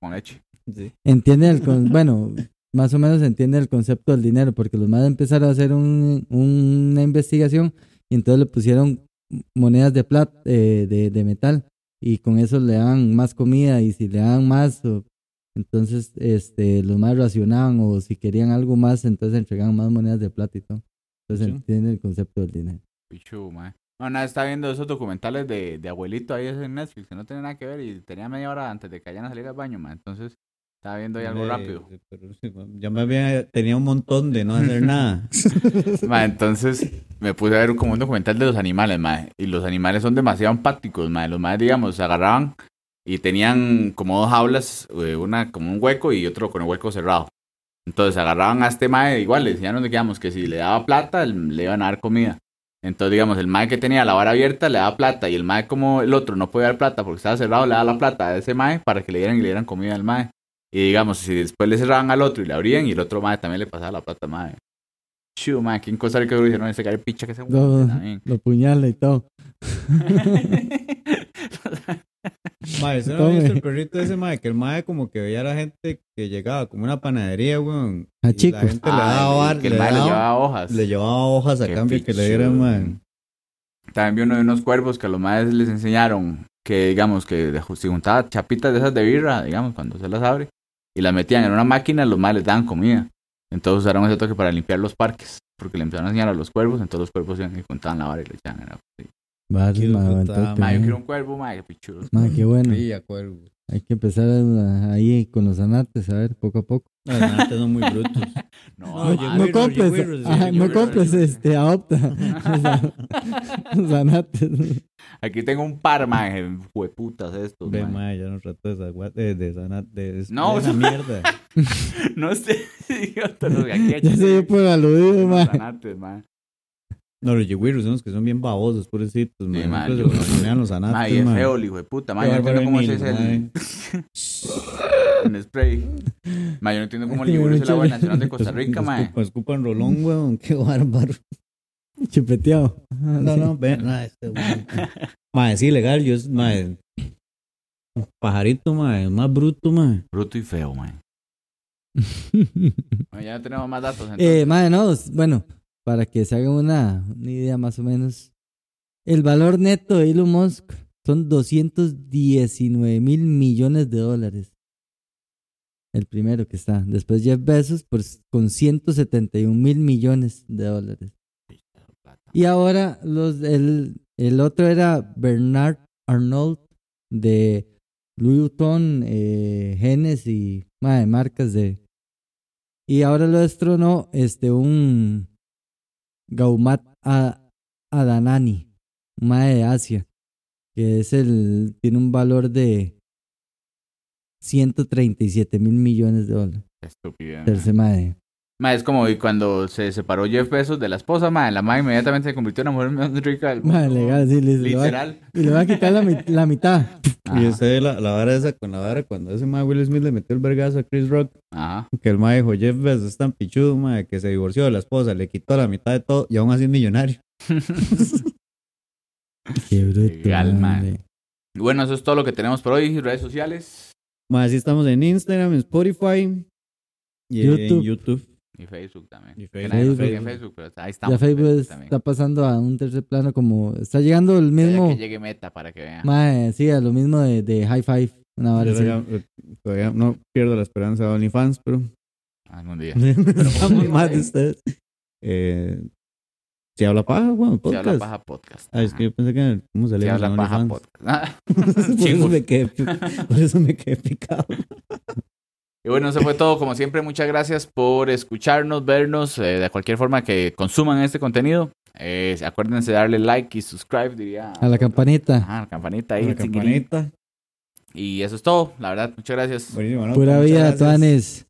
S1: Con leche.
S2: Sí.
S3: Entienden el con- bueno, más o menos entienden el concepto del dinero, porque los más empezaron a hacer un- una investigación y entonces le pusieron monedas de plata, eh, de, de metal, y con eso le daban más comida y si le daban más, o- entonces este, los más racionaban o si querían algo más, entonces entregaban más monedas de plata y todo. Entonces
S2: Sí.
S3: entienden el concepto del dinero.
S1: Pichu, mae. No, nada, está viendo esos documentales de, de abuelito ahí en Netflix, que no tiene nada que ver y tenía media hora antes de que vayan a salir al baño, mae. Entonces, estaba viendo ahí algo
S2: Eh,
S1: rápido.
S2: pero sí, ya me había, tenía un montón de no hacer nada.
S1: Mae, entonces me puse a ver como un documental de los animales, mae. Y los animales son demasiado empáticos, mae. Los más, digamos, se agarraban y tenían como dos jaulas, eh, una como un hueco y otro con el hueco cerrado. Entonces agarraban a este mae igual, le decían, digamos, que si le daba plata, le iban a dar comida. Entonces, digamos, el mae que tenía la vara abierta le daba plata y el mae como el otro no podía dar plata porque estaba cerrado, le daba la plata a ese mae para que le dieran y le dieran comida al mae. Y digamos, si después le cerraban al otro y le abrían y el otro mae también le pasaba la plata al mae. Chido, mae, ¿quién cosa que hicieron ese cara picha que se
S3: Lo,
S1: también.
S3: lo puñala y todo.
S2: Mae, ¿usted no ha
S3: Come.
S2: visto el perrito ese, mae? Que el mae como que veía a la gente que llegaba como una panadería, weón.
S3: A
S2: y
S3: chicos.
S2: La gente le
S1: Ah,
S2: daba, bar-
S1: que el
S2: le
S1: mae le
S2: daba-
S1: llevaba hojas.
S2: le llevaba hojas a
S1: Qué Mm.
S2: cambio que le
S1: fichudo,
S2: dieran, mae.
S1: weón. También vi uno de unos cuervos que a los madres les enseñaron que, digamos, que de- si juntaba chapitas de esas de birra, digamos, cuando se las abre, y las metían en una máquina, los madres les daban comida. Entonces usaron ese toque para limpiar los parques, porque le empezaron a enseñar a los cuervos, entonces los cuervos iban y juntaban la vara y le echaban. Era, sí.
S3: Vale,
S2: Quiero
S3: madre,
S2: puta
S3: entonces,
S1: Ma, yo
S3: madre.
S1: quiero un cuervo, madre, qué pichudo.
S3: Madre, qué bueno.
S2: Sí, a cuervo.
S3: Hay que empezar a- ahí con los anates, a ver, poco a poco.
S2: Las natas son muy brutos.
S1: No,
S2: No,
S1: ma,
S2: yo-
S3: Ah, no
S2: Wilrose,
S3: compres,
S2: Wilrose,
S3: ajá,
S1: sí,
S3: no
S1: Wilrose.
S3: compres, este, adopta. Los anates.
S1: aquí tengo un par, madre, hueputas estos,
S2: Ve,
S1: ma.
S2: mae, ya no trato de esa, gua- de, de esa, na- de, es-
S1: No,
S2: de esa
S1: no.
S2: mierda.
S1: No sé, idiota, los de aquí hay
S3: ya se dio por aludido,
S1: unos
S3: ma.
S1: anates, ma.
S2: No, los yigüiros son los que son bien babosos, pobrecitos, mae.
S1: mae,
S2: Siempre
S1: yo-
S2: se los ponían los anates,
S1: Ma, y es
S2: Ah, pues, mae.
S1: feo, el hijo de puta, ma.
S2: Qué
S1: Yo no entiendo
S2: bárbaro
S1: cómo se
S2: Emilio,
S1: dice el, en spray. Ma, yo no entiendo cómo el
S2: Este
S3: Tiene
S1: yogur es el
S3: mucho-
S1: agua nacional de Costa Rica,
S2: Los
S1: ma.
S2: escupan- escupan rolón, weón. Qué bárbaro.
S3: Chupeteado.
S1: Ah,
S2: No, no, ve, no, este weón. Mae, sí, legal, yo, es- mae. Pajarito, mae, es más bruto, mae.
S1: Bruto y feo, ma. Ma, Ya no tenemos más datos, entonces.
S3: eh, madre, no, s- bueno, para que se hagan una, una idea más o menos. El valor neto de Elon Musk son 219 mil millones de dólares. El primero que está. Después Jeff Bezos por, s- con 171 mil millones de dólares. Y ahora los el, el otro era Bernard Arnold de Louis Vuitton, eh, Genes y madre, marcas de. Y ahora lo destronó este un Gaumat A- Adanani, un mae de Asia, que es el tiene un valor de 137 mil millones de dólares.
S1: Qué estupidez, ma.
S3: Tercer mae.
S1: Ma, es como cuando se separó Jeff Bezos de la esposa, ma. La ma inmediatamente se convirtió en la mujer más rica del mundo.
S3: Mae, legal, sí, le- le va-
S1: Literal.
S3: y le va a quitar la, mi- la mitad.
S2: Ah, Y
S1: Ajá,
S2: usted la, la vara esa con la vara cuando ese mae Will Smith le metió el vergazo a Chris Rock,
S1: ajá.
S2: que el mae dijo, Jeff Bezos es tan pichudo, mae, que se divorció de la esposa, le quitó la mitad de todo y aún así es millonario.
S3: Qué bruto.
S1: Legal, mae.
S3: hombre.
S1: Y Bueno, eso es todo lo que tenemos por hoy. Redes sociales
S2: Mae, sí estamos en Instagram, en Spotify y en
S3: YouTube.
S2: YouTube.
S1: y Facebook también.
S2: Y
S1: Que nadie nos
S3: Facebook.
S1: sigue en Facebook, pero ahí estamos.
S3: Ya
S1: en
S3: Facebook
S1: también.
S3: está pasando a un tercer plano como está llegando el
S1: Ya
S3: mismo
S1: que llegue meta para que vean.
S3: mae, sí, a lo mismo de, de High Five, una vara
S2: Yo
S3: así.
S2: todavía- eh, todavía no pierdo la esperanza de OnlyFans, pero
S1: Algún día.
S2: necesitamos más de ustedes. Eh, Si habla paja, bueno,
S1: Se
S2: podcast.
S1: habla paja podcast.
S2: Ah, es que yo pensé que en el- ¿Cómo se
S1: Se
S2: le
S1: habla paja podcast. Ah,
S2: por, eso
S1: Chingos.
S2: me quedé, pi- por eso me quedé picado.
S1: Y bueno, eso fue todo. Como siempre, muchas gracias por escucharnos, vernos, eh, de cualquier forma que consuman este contenido. Eh, acuérdense de darle like y subscribe, diría.
S3: A la campanita.
S1: Ajá, la campanita ahí.
S2: La
S1: tsingirín.
S2: campanita.
S1: Y eso es todo, la verdad. Muchas gracias.
S2: Buenísimo, ¿no?
S3: Pura
S2: Muchas
S3: vida,
S2: gracias.
S3: Tuanes.